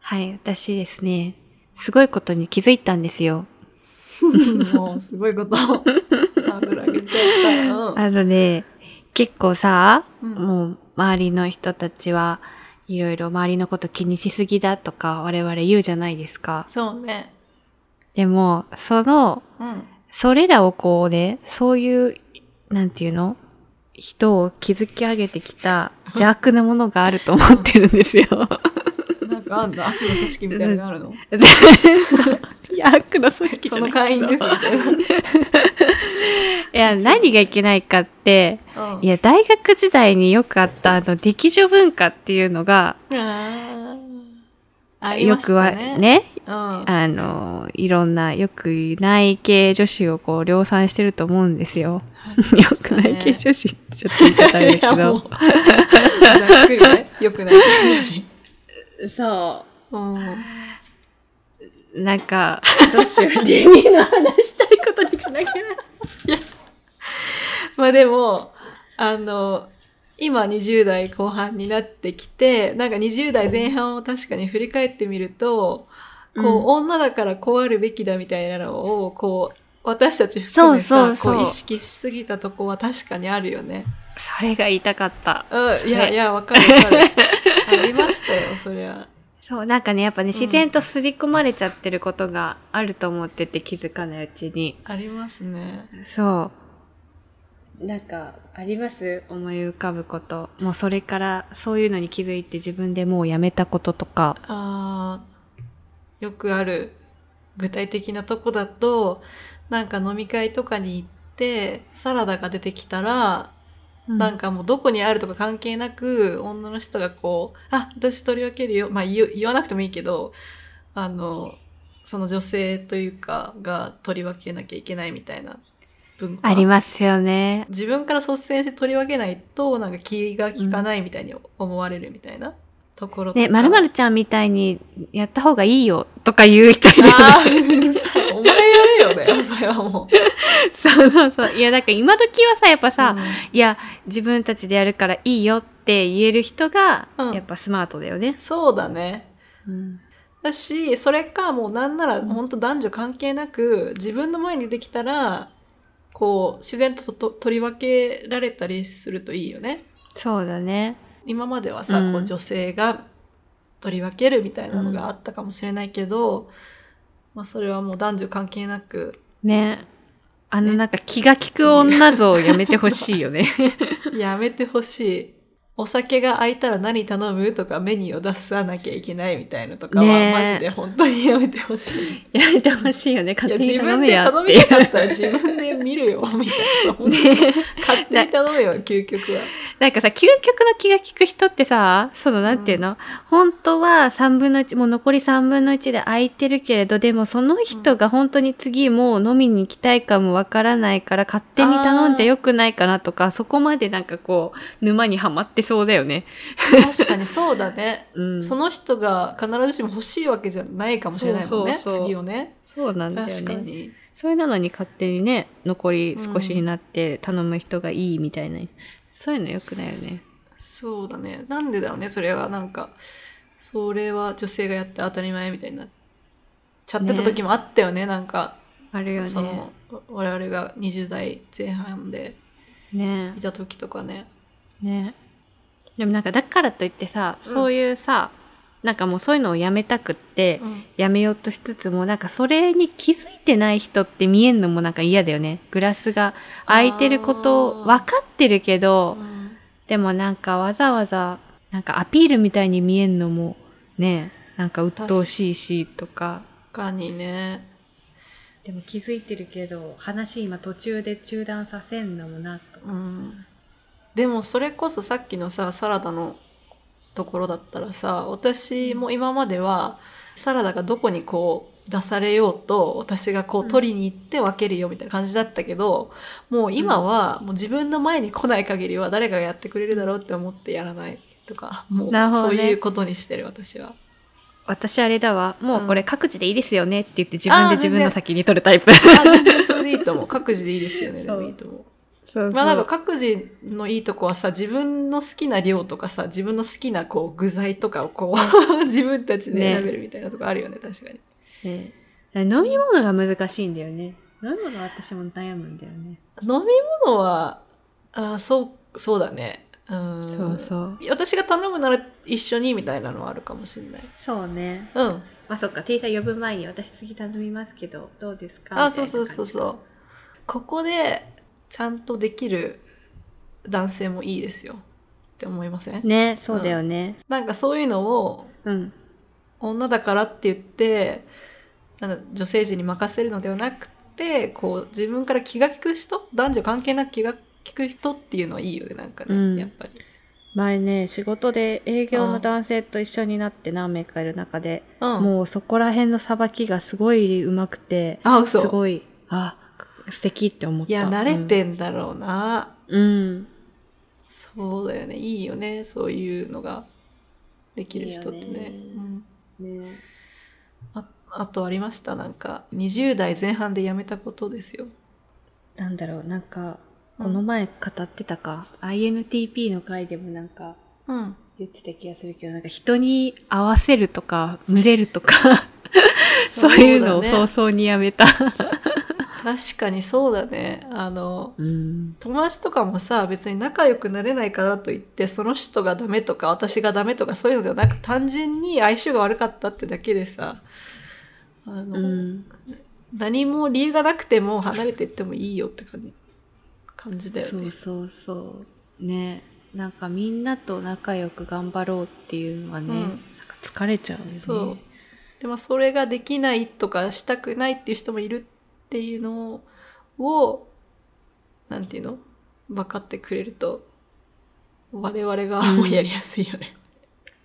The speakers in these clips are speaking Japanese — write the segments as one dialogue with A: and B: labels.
A: はい、私ですね、すごいことに気づいたんですよ。
B: もう、すごいこと。油揚げちゃったよ。
A: あのね、結構さ、うん、もう、周りの人たちは、いろいろ周りのこと気にしすぎだとか、我々言うじゃないですか。
B: そうね。
A: でも、その、
B: うん、
A: それらをこうね、そういう、なんていうの人を築き上げてきた邪悪なものがあると思ってるんです よ。
B: なんかあんだ悪の組織みたいなのがあるの
A: いや、悪の組織じゃ
B: ないその会員ですみたい
A: な。いや、何がいけないかって、うん、いや、大学時代によくあったあの、劇場文化っていうのが、
B: あ
A: よくは
B: ね、
A: ね
B: うん、
A: あの、いろんな、よくない系女子をこう、量産してると思うんですよ。ね、よくない系女子ってちょっ と言い方だけど。
B: ざっくりね、よくない系
A: 子。
B: 女。
A: そう
B: うん
A: なんか、どうしよう。デニーの話したいことにつなげない。
B: いや。 まあでも、あの、今20代後半になってきて、なんか20代前半を確かに振り返ってみると、こう、うん、女だからこうあるべきだみたいなのを、こう、私たち含めさ、こう意識しすぎたとこは確かにあるよね。
A: それが言いたかった。
B: うん、いや、いや、わかるわかる。ありましたよ、そりゃ。
A: そう、なんかね、やっぱね、自然と刷り込まれちゃってることがあると思ってて、うん、気づかないうちに。
B: ありますね。
A: そう。なんか、あります思い浮かぶこと。もうそれから、そういうのに気づいて自分でもうやめたこととか。
B: ああ、よくある具体的なとこだと、なんか飲み会とかに行って、サラダが出てきたら、なんかもうどこにあるとか関係なく、女の人がこう、あ、私取り分けるよ。まあ言わなくてもいいけど、あの、その女性というかが取り分けなきゃいけないみたいな文化。
A: ありますよね。
B: 自分から率先して取り分けないと、なんか気が利かないみたいに思われるみたいな。ところ
A: ね、まるまるちゃんみたいにやった方がいいよとか言う人いる、ね。
B: あ あ、お前やれよだよ、それはも
A: う。 そうそうそう。いや、だから今時はさ、やっぱさ、うん、いや、自分たちでやるからいいよって言える人が、うん、やっぱスマートだよね。
B: そうだね。
A: うん、
B: だし、それかもうなんなら、うん、本当男女関係なく、自分の前にできたら、こう、自然とと取り分けられたりするといいよね。
A: そうだね。
B: 今まではさ、うん、こう女性が取り分けるみたいなのがあったかもしれないけど、うん、まあそれはもう男女関係なく。
A: ね。あのなんか気が利く女像をやめてほしいよね。
B: やめてほしい。お酒が空いたら何頼むとかメニューを出さなきゃいけないみたいなとかは、ね、マジで本当にやめてほし
A: い。やめてほしいよね。勝手に頼め
B: や自分で頼みたかったら自分で見るよ、みたいな。ね、勝手に頼めよ、究極は。
A: なんかさ、究極の気が利く人ってさ、そのなんていうの、うん、本当は3分の1、もう残り3分の1で空いてるけれど、でもその人が本当に次もう飲みに行きたいかもわからないから、勝手に頼んじゃよくないかなとか、そこまでなんかこう、沼にはまってそうだよね。
B: 確かにそうだね。うん、 その人が必ずしも欲しいわけじゃないかもしれないもんね。そうそう次をね。
A: そうなんだよね。確かに。それなのに勝手にね、残り少しになって頼む人がいいみたいな。うん、そういうのよくないよね。
B: そうだね。なんでだろうね、それは。なんか、それは女性がやって当たり前みたいになっちゃってた時もあったよね、ねなんか。
A: あるよね。
B: その、我々が20代前半で、
A: ね
B: いた時とかね。
A: ねでもなんかだからといってさ、うん、そういうさなんかもうそういうのをやめたくって、うん、やめようとしつつもなんかそれに気づいてない人って見えんのもなんか嫌だよねグラスが空いてること分かってるけど、うん、でもなんかわざわざなんかアピールみたいに見えんのもねなんか鬱陶しいしとか
B: 確かにね
A: でも気づいてるけど話今途中で中断させんのもなと、
B: うんでもそれこそさっきのさサラダのところだったらさ私も今まではサラダがどこにこう出されようと私がこう取りに行って分けるよみたいな感じだったけど、うん、もう今はもう自分の前に来ない限りは誰かがやってくれるだろうって思ってやらないとかもうそういうことにしてる私は。
A: 私あれだわ、もうこれ各自でいいですよねって言って自分で自分の先に取るタイプ。
B: あ全然それでいいと思う。各自でいいですよね。でもいいと思う。
A: そうそう。
B: まあなんか各自のいいとこはさ、自分の好きな量とかさ、自分の好きなこう具材とかをこう、 自分たちで選べるみたいなとこあるよね、確かに。
A: ね、飲み物が難しいんだよね。飲み物は私も悩むんだよね。
B: 飲み物は、あーそう、そうだね。うん。
A: そうそう。
B: 私が頼むなら一緒にみたいなのはあるかもしれない。
A: そうね。
B: うん。
A: まあそっか、店員さん呼ぶ前に私次頼みますけど、どうですか
B: あ、そうそうそうそう。ここで、ちゃんとできる男性もいいですよ。って思いません、
A: う。ね、そうだよね。
B: なんかそういうのを、
A: うん。
B: 女だからって言って、なんだ女性陣に任せるのではなくて、こう、自分から気が利く人男女関係なく気が利く人っていうのはいいよね、なんか
A: う
B: ね。
A: ん
B: やっぱり。
A: 前ね、仕事で営業の男性と一緒になって何名かいる中で、
B: うん。
A: もうそこら辺のさばきがすごい上手くて、
B: あ、
A: す
B: 嘘。
A: ごい、あ、素敵って思った。
B: いや、慣れてんだろうな。
A: うん。
B: そうだよね。いいよね。そういうのができる人ってね。
A: いいよね
B: うん
A: うん。ね
B: ああとありましたなんか20代前半で辞めたことですよ。
A: なんだろう、なんか、
B: うん
A: この前語ってたか、INTP の回でもなんか
B: うん。
A: 言ってた気がするけど、なんか人に合わせるとか、群れると か、そういうのを
B: だね
A: 早々にやめた。
B: 確かにそうだね。あの
A: うん。
B: 友達とかもさ別に仲良くなれないからといってその人がダメとか私がダメとかそういうのではなく単純に相性が悪かったってだけでさあの、
A: うん。
B: 何も理由がなくても離れていってもいいよって感じ感じだよ
A: そう
B: ね。
A: そうそう。ね。なんかみんなと仲良く頑張ろうっていうのはね、
B: うん
A: なんか疲れちゃうよね。
B: そう。でもそれができないとかしたくないっていう人もいるっていうのを、なんていうの分かってくれると、我々が
A: うん
B: もうやりやすいよね。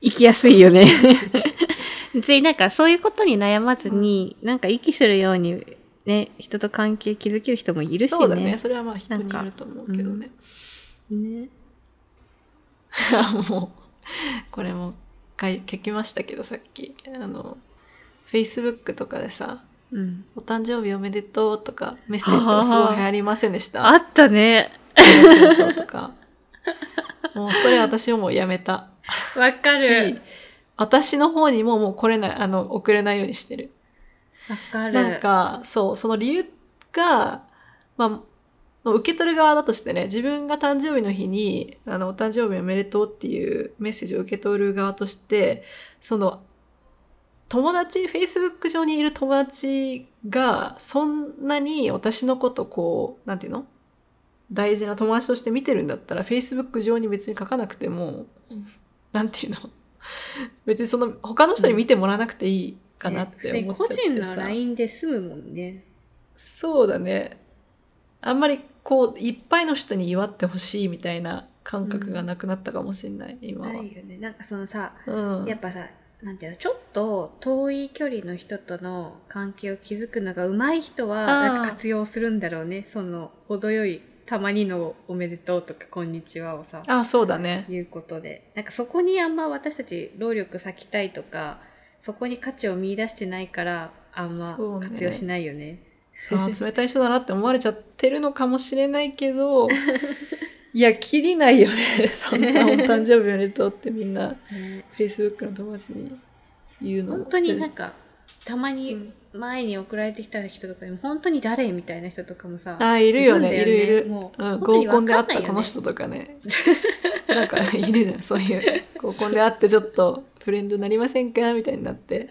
A: 生きやすいよ ね。別になんかそういうことに悩まずに、なんか息するようにね、人と関係築ける人もいるしね。
B: そうだね。それはまあ人によると思うけどね。
A: ね。
B: もう、 これも書きましたけどさっき。あの、Facebook とかでさ、
A: うん。
B: お誕生日おめでとうとか、メッセージとかすごい流行りませんでした。
A: あったね。
B: とか。もうそれ私ももうやめた。
A: わか
B: し。、私の方にももう来れない、あの、送れないようにしてる。
A: わかる。
B: なんか、そう、その理由が、まあ、受け取る側だとしてね、自分が誕生日の日に、あの、お誕生日おめでとうっていうメッセージを受け取る側として、その、友達、Facebook 上にいる友達が、そんなに私のことこう、なんていうの大事な友達として見てるんだったら、Facebook 上に別に書かなくても、なんていうの別にその、他の人に見てもらわなくていいかなって思っちゃってさ。
A: ね個人の LINE で済むもんね。
B: そうだね。あんまりこう、いっぱいの人に祝ってほしいみたいな感覚がなくなったかもしれない、今
A: な
B: は。
A: いよね。なんかそのさ、
B: うん。
A: やっぱさ、なんていうの、ちょっと遠い距離の人との関係を築くのが上手い人は、なんか活用するんだろうね。その、程よい、たまにのおめでとうとか、こんにちはをさ、
B: あ、そうだね。
A: いうことで。なんかそこにあんま私たち労力割きたいとか、そこに価値を見出してないから、あんま
B: そうね
A: 活用しないよね。
B: あ 冷たい人だなって思われちゃってるのかもしれない けど、いや、切りないよね。 そんなお誕生日おめでとうってみ んな、
A: ね
B: Facebook の友達に言うのも
A: 本当になんか、たま
B: う
A: に
B: ん
A: 前に送られてきた人とかにも、本当に誰みたいな人とかもさ、
B: あ、いるよね、い
A: いるんだよ
B: る
A: ね
B: いる。
A: もう
B: う
A: 本
B: ん、
A: 当
B: 合
A: に
B: コンで会っ
A: わかんないよ
B: た
A: ね
B: この人と かね。なんか、いるじゃん、そういう。合コンで会ってちょっと、フレンドになりませんかみたいになって、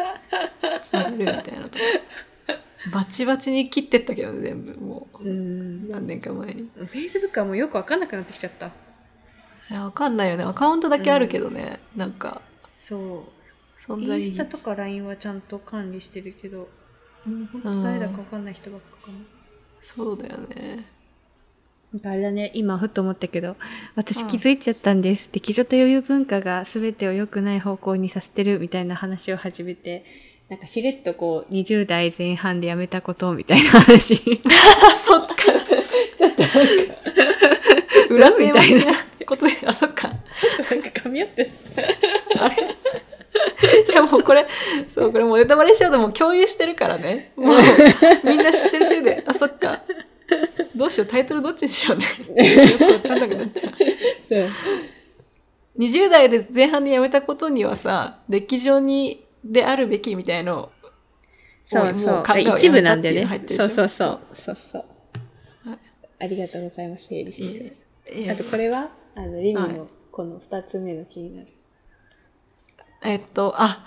B: つながるみたいなとか。バチバチに切ってったけどね、全部。も
A: う
B: う、
A: ん。
B: 何年か前に。
A: フェイスブックはもうよくわかんなくなってきちゃった。
B: いや、わかんないよね。アカウントだけあるけどね。なんか、
A: そう。
B: 存在
A: インスタとか LINE はちゃんと管理してるけど、
B: うん
A: 誰だかわかんない人ばっかかな。
B: そうだよ ね。
A: なんかあれだね、今ふと思ったけど、
B: う
A: 私
B: ん
A: 気づいちゃったんですって、気女と余裕文化が全てを良くない方向にさせてるみたいな話を始めて、なんかしれっとこう、20代前半でやめたことみたいな話。
B: あ、そっか。 ちょっと なんか、裏みたいなことで、あ、そっか。
A: なんか噛み合って。
B: いやもうこれ、そう、これもうネタバレしようともう共有してるからね。もう、みんな知ってる手で、あ、そっか。どうしよう、タイトルどっちにしようね。よくわかんなくなっちゃう。
A: そう
B: 20代で前半で辞めたことにはさ、歴上に、であるべきみたいの
A: そう
B: も
A: そうう
B: 考えをやめたっていう
A: 一部なんだよ
B: 入っ
A: ね
B: てるでし
A: そ
B: ょ
A: うそうそうそうそう、
B: はい
A: ありがとうございます整理してくれて
B: いや
A: あとこれはあのリミ
B: はい
A: のこの2つ目の気になる、
B: えっと、あ、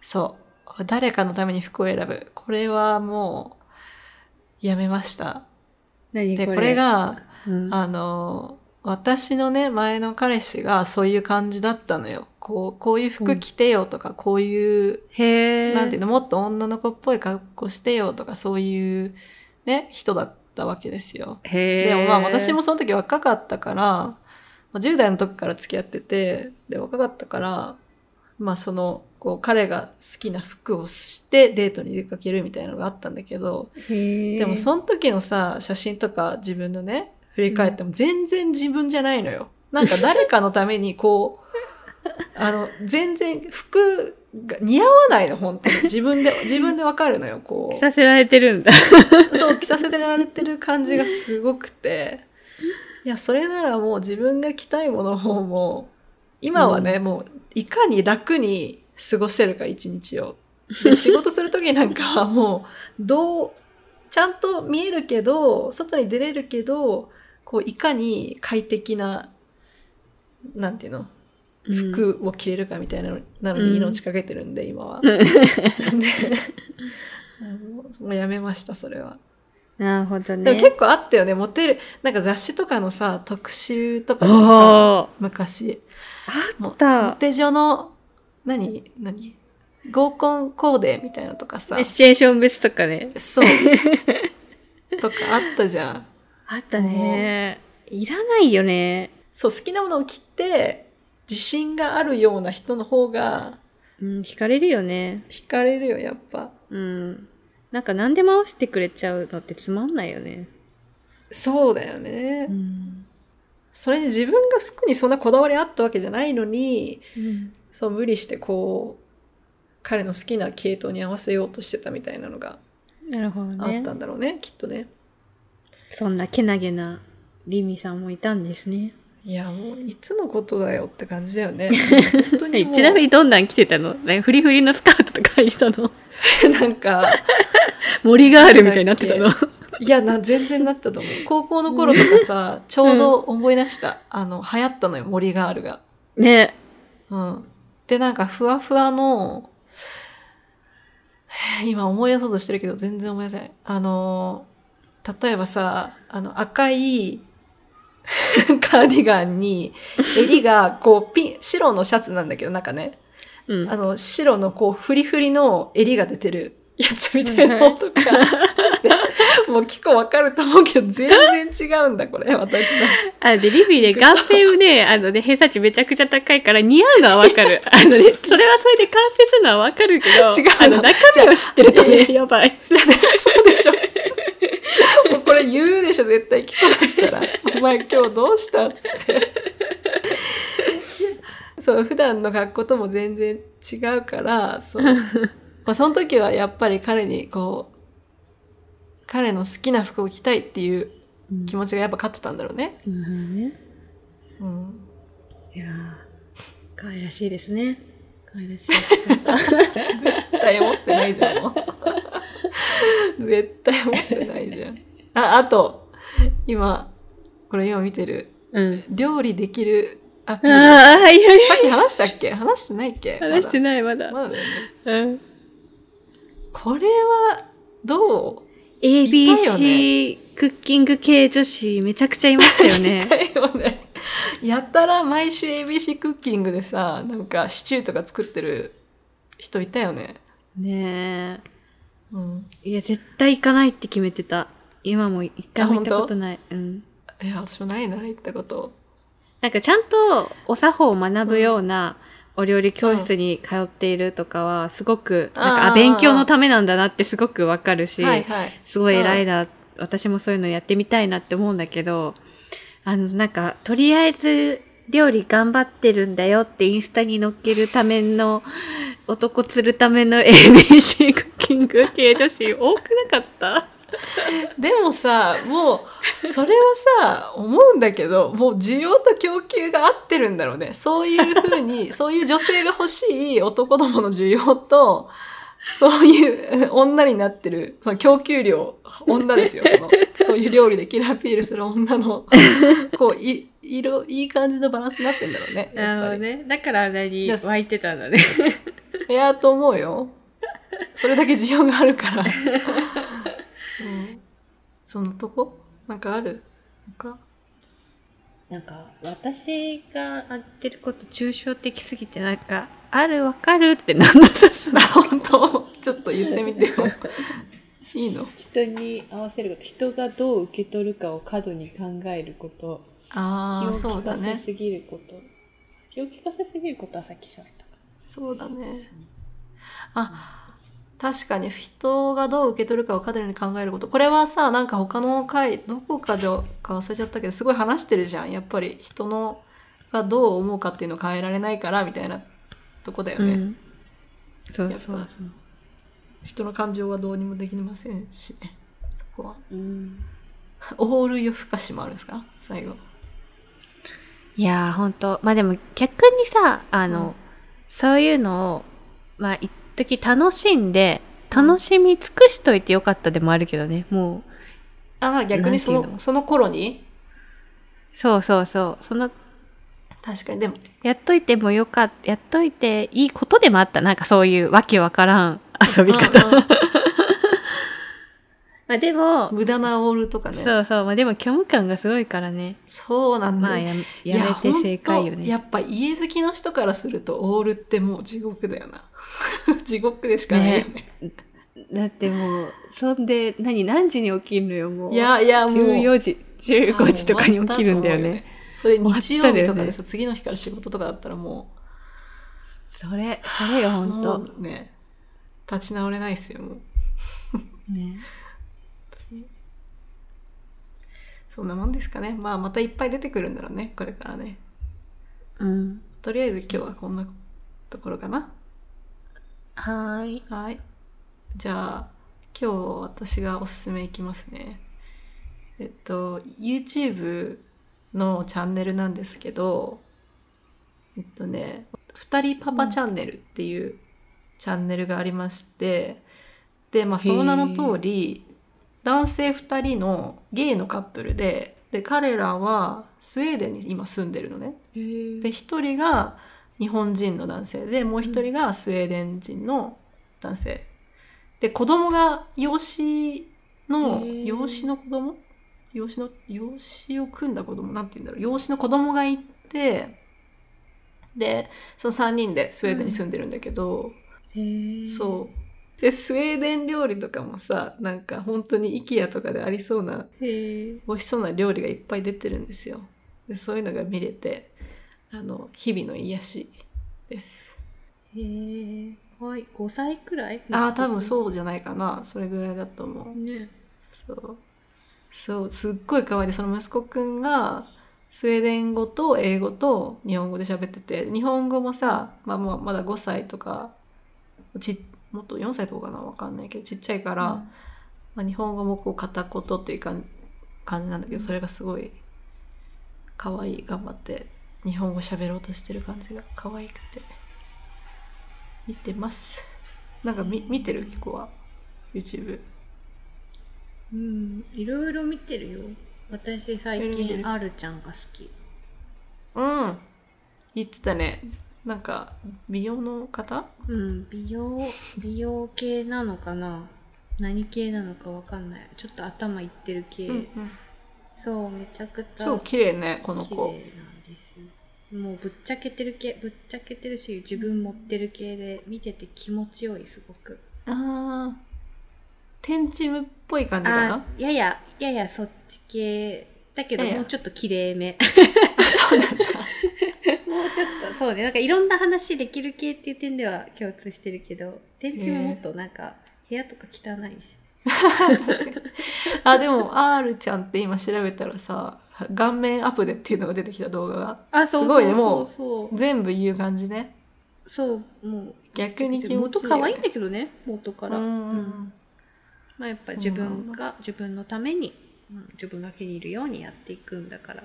B: そう。誰かのために服を選ぶ。これはもう、やめました。
A: 何
B: で、これ、が、
A: うん
B: あの、私のね、前の彼氏がそういう感じだったのよ。こう、こういう服着てよとか、こういう、
A: へえ
B: なんていうの、もっと女の子っぽい格好してよとか、そういう、ね、人だったわけですよ。
A: へえ
B: でもまあ私もその時若かったから、まあ10代の時から付き合ってて、で、若かったから、まあその、こう彼が好きな服をしてデートに出かけるみたいなのがあったんだけど、で
A: で
B: も
A: う
B: その時のさ、写真とか自分のね、振り返っても全然自分じゃないのよ。なんか誰かのためにこう、あの、全然服が似合わないの、本当に。自分で、自分でわかるのよ、こ
A: させられてるんだ
B: う。そう、着させられてる感じがすごくて。いや、それならもう自分が着たいものをもう、今はね、もう、いかに楽に過ごせるか、一日を。で仕事する時なんかはもうどうちゃんと見えるけど外に出れるけどこういかに快適ななんていうの服を着れるかみたいなの,、なのに命かけてるんで今は。 であのもうやめましたそれは。
A: なるほどね
B: でも結構あったよねモテるなんか雑誌とかのさ特集とかでもさ
A: あ
B: 昔あっ
A: った
B: モテ女の何何合コンコーデみたいなのとかさ
A: あシチュエーション別とかね
B: そう。とかあったじゃん。
A: あったねいらないよね
B: そう、好きなものを着て、自信があるような人の方が
A: うん惹かれるよね
B: 惹かれるよ、やっぱ。
A: うんなんか何でも合わせてくれちゃうのってつまんないよね
B: そうだよね。
A: ん、
B: それに自分が服にそんなこだわりあったわけじゃないのに、そう無理してこう、彼の好きな系統に合わせようとしてたみたいなのが
A: なるほど
B: あっ
A: ね
B: たんだろうね、きっとね。
A: そんなけなげなリミさんもいたんですね
B: いや、もう、いつのことだよって感じだ よね。本当に
A: え
B: もう。
A: ちなみにどんなん着てたのねフリフリのスカートとか履いてたの
B: なんか、
A: 森があるみたいになってたの
B: なんいやな全然なったと思う高校の頃とかさちょうど思い出した、あの流行ったのよ森ガールが
A: ね
B: うんでなんかふわふわの へー今思い出そうとしてるけど全然思い出せないあのー例えばさあの赤い カーディガンに襟がこうピン白のシャツなんだけどなんかね
A: うん
B: あの、白のこう、フリフリの襟が出てるやつみたいなのとか、もう結構わかると思うけど、全然違うんだ、これ、私の。
A: あ、で、リビーね、顔面ね、あのね、偏差値めちゃくちゃ高いから似合うのはわか る。あのね、それはそれで完成するのはわかるけど、
B: 違うの
A: あの、中身を知ってると
B: 違
A: ね、やばい。
B: そうでしょ。 もうこれ言うでしょ、絶対聞こえたら。お前今日どうしたっつって。そう、普段の格好とも全然違うから、 そう。まあ、その時はやっぱり彼にこう、彼の好きな服を着たいっていう気持ちがやっぱ勝ってたんだろうね。
A: うん、ね。
B: うん。
A: いやー、可愛らしいですね。可愛らしい。
B: 絶対持ってないじゃんもう絶対持ってないじゃんああと今これ今見てる
A: うん。
B: 料理できるア
A: あ
B: ピ
A: あ、
B: ール
A: はいはい。
B: さっき話したっけ話してないっけ
A: 話してない、まだ。
B: まだまだだよね
A: うん。
B: これはどう
A: ABC、クッキング系女子、めちゃくちゃいましたよね。
B: だよねやったら毎週 ABC クッキングでさなんかシチューとか作ってる人いたよね
A: ね
B: うん
A: え。いや、絶対行かないって決めてた。今も一回も行ったことない。うん。
B: いや私もないな行ったこと
A: なんかちゃんとお作法を学ぶようなお料理教室に通っているとかは、すごく、なんか、
B: あ
A: あ
B: ー
A: 勉強のためなんだなってすごくわかるし、
B: はいはい
A: すごい偉いな、私もそういうのやってみたいなって思うんだけど、あの、なんか、とりあえず料理頑張ってるんだよってインスタに載っけるための、 男釣るための ABC クッキング系女子多くなかった
B: でもさ、もう、それはさ、思うんだけど、もう需要と供給が合ってるんだろうね。そういうふうに、そういう女性が欲しい男どもの需要と、そういう女になってる、その供給量、女ですよ、その、そういう料理でキラーアピールする女の、こう、い、色、いい感じのバランスになってんだろうね。
A: なる
B: やっ
A: ほ
B: ぱ
A: ど
B: り
A: ね。だからあんなに
B: です
A: 湧いてたんだね。
B: いや、と思うよ。それだけ需要があ るから。うん、そのとこなんかあるなんか
A: なんか、私が言ってること抽象的すぎて、なんか、あるわかるってなんだ
B: な本当ちょっと言って みてよ。いいの
C: 人に合わせること人がどう受け取るかを過度に考えること気
B: あ
C: を
B: あ、そう
C: 利
B: だ
C: かせ
B: ね。
C: すぎること、気を利かせすぎることはさっき喋ったか
B: そうだね。あ、確かに人がどう受け取るかを過度に考えること。これはさ、なんか他の回、どこかでか忘れちゃったけど、すごい話してるじゃん。やっぱり人のがどう思うかっていうのを変えられないから、みたいなとこだよね。
A: うん。そうそ
B: やっ
A: う
B: ぱ。人の感情はどうにもできませんしね。そこは。
C: うん
B: オール夜更かしもあるんですか最後。
A: いやー、ほんと。まあでも逆にさ、あの、
B: うん
A: そういうのを、まあ一時楽しんで、楽しみ尽くしといてよかったでもあるけどね。もう、
B: ああ、逆にそ
A: なんていう
B: の、
A: の
B: その頃に
A: そうそうそう。その、
B: 確かに、でも、
A: やっといてもよかった、やっといていいことでもあった。なんかそういうわけわからん遊び方。
B: うんうん
A: まあでも、
B: 無駄なオールとかね。そう
A: そうそう。まあでも虚無感がすごいからね。
B: なんだよ。
A: まあやめ
B: いや
A: やめて正解よ
B: ほん
A: ね。
B: とやっぱ家好きの人からするとオールってもう地獄だよな。 地獄でしかないよね。
A: だってもう、そんで、何、何時に起きるのよ、もう。
B: いやいやもう。
A: 14時、15時とかに起きるんだよ
B: あもう終わったと思う
A: ね。。
B: それ日曜日と
A: 終わった
B: か
A: よ
B: で
A: ね
B: さ、次の日から仕事とかだったらも
A: それ、それよ、
B: う、
A: ほんと。
B: もうね、立ち直れないっすよ、もう。
A: ね。
B: そんなもんですかね。まあまたいっぱい出てくるんだろうね、これからね。
A: うん。
B: とりあえず今日はこんなところかな。
A: はーい。
B: はい。じゃあ、今日私がおすすめいきますね。えっと、YouTube のチャンネルなんですけど、えっとね、二人パパチャンネルっていうチャンネルがありまして、で、まあ、その名の通り、男性二人のゲイのカップルで、で、彼らはスウェーデンに今住んでるのね。で一人が日本人の男性でもう一人がスウェーデン人の男性で子供が養子の
C: へー
B: 養子の子供養子の養子を組んだ子供なんて言うんだろう養子の子供がいてでその3人でスウェーデンに住んでるんだけど、そうでスウェーデン料理とかもさなんか本当に IKEA とかでありそうな
A: へー
B: 美味しそうな料理がいっぱい出てるんですよでそういうのが見れてあの日々の癒しです
A: へーかわいい。5歳くらい
B: ああ多分
A: う。
B: そうじゃないかなそれぐらいだと思う
A: ね。
B: そうそうすっごい可愛いでその息子くんがスウェーデン語と英語と日本語で喋ってて日本語もさ、まあ、まあまだ5歳とかちもっと4歳とかかなわかんないけどちっちゃいから、まあ、日本語もこう片言っていう感感じなんだけどそれがすごい可愛い頑張って日本語喋ろうとしてる感じが可愛くて見てますなんかみ見てる結構は YouTube
A: うん。いろいろ見てるよ。私最
B: いろいろ見てる
A: 近、あるちゃんが好き。
B: うん言ってたねなんか美容の方
A: うん、美容、美容系なのかな何系なのかわかんない。ちょっと頭いってる系。
B: うんうん
A: そう、めちゃくちゃ
B: 超綺麗ねこの
A: 綺麗
B: 子
A: なんですよ。もうぶっちゃけてる系、ぶっちゃけてるし、自分持ってる系で見てて気持ちよい、すごく。
B: あー天チムっぽい感じか
A: あ
B: な
A: やや、ややそっち系。だけど、
B: やや
A: もうちょっと綺麗め。
B: そ うなんだ
A: もうちょっと、そうね。なんかいろんな話できる系っていう点では共通してるけど、天地ももっとなんか、部屋とか汚いし。
B: あでも R ちゃんって今調べたらさ顔面アップデっていうのが出てきた動画が
A: あ、
B: すごいねもう
A: そう
B: 全部言う感じね
A: そう、もう。
B: 逆に気持ちい
A: 元
B: いよね
A: 可愛いんだけどね、元から。
B: うんうんうん
A: うんまあ、やっぱ自分が自分のために、うん自分が気に入るようにやっていくんだから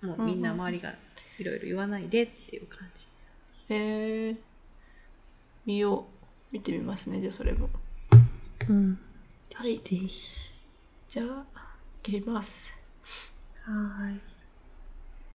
A: もうみんな周りがいろいろ言わないでっていう感じ、
B: へえ見よう見てみますねじゃあそれも
A: うん、
B: はい
A: ぜひ
B: じゃあ切ります
A: はーい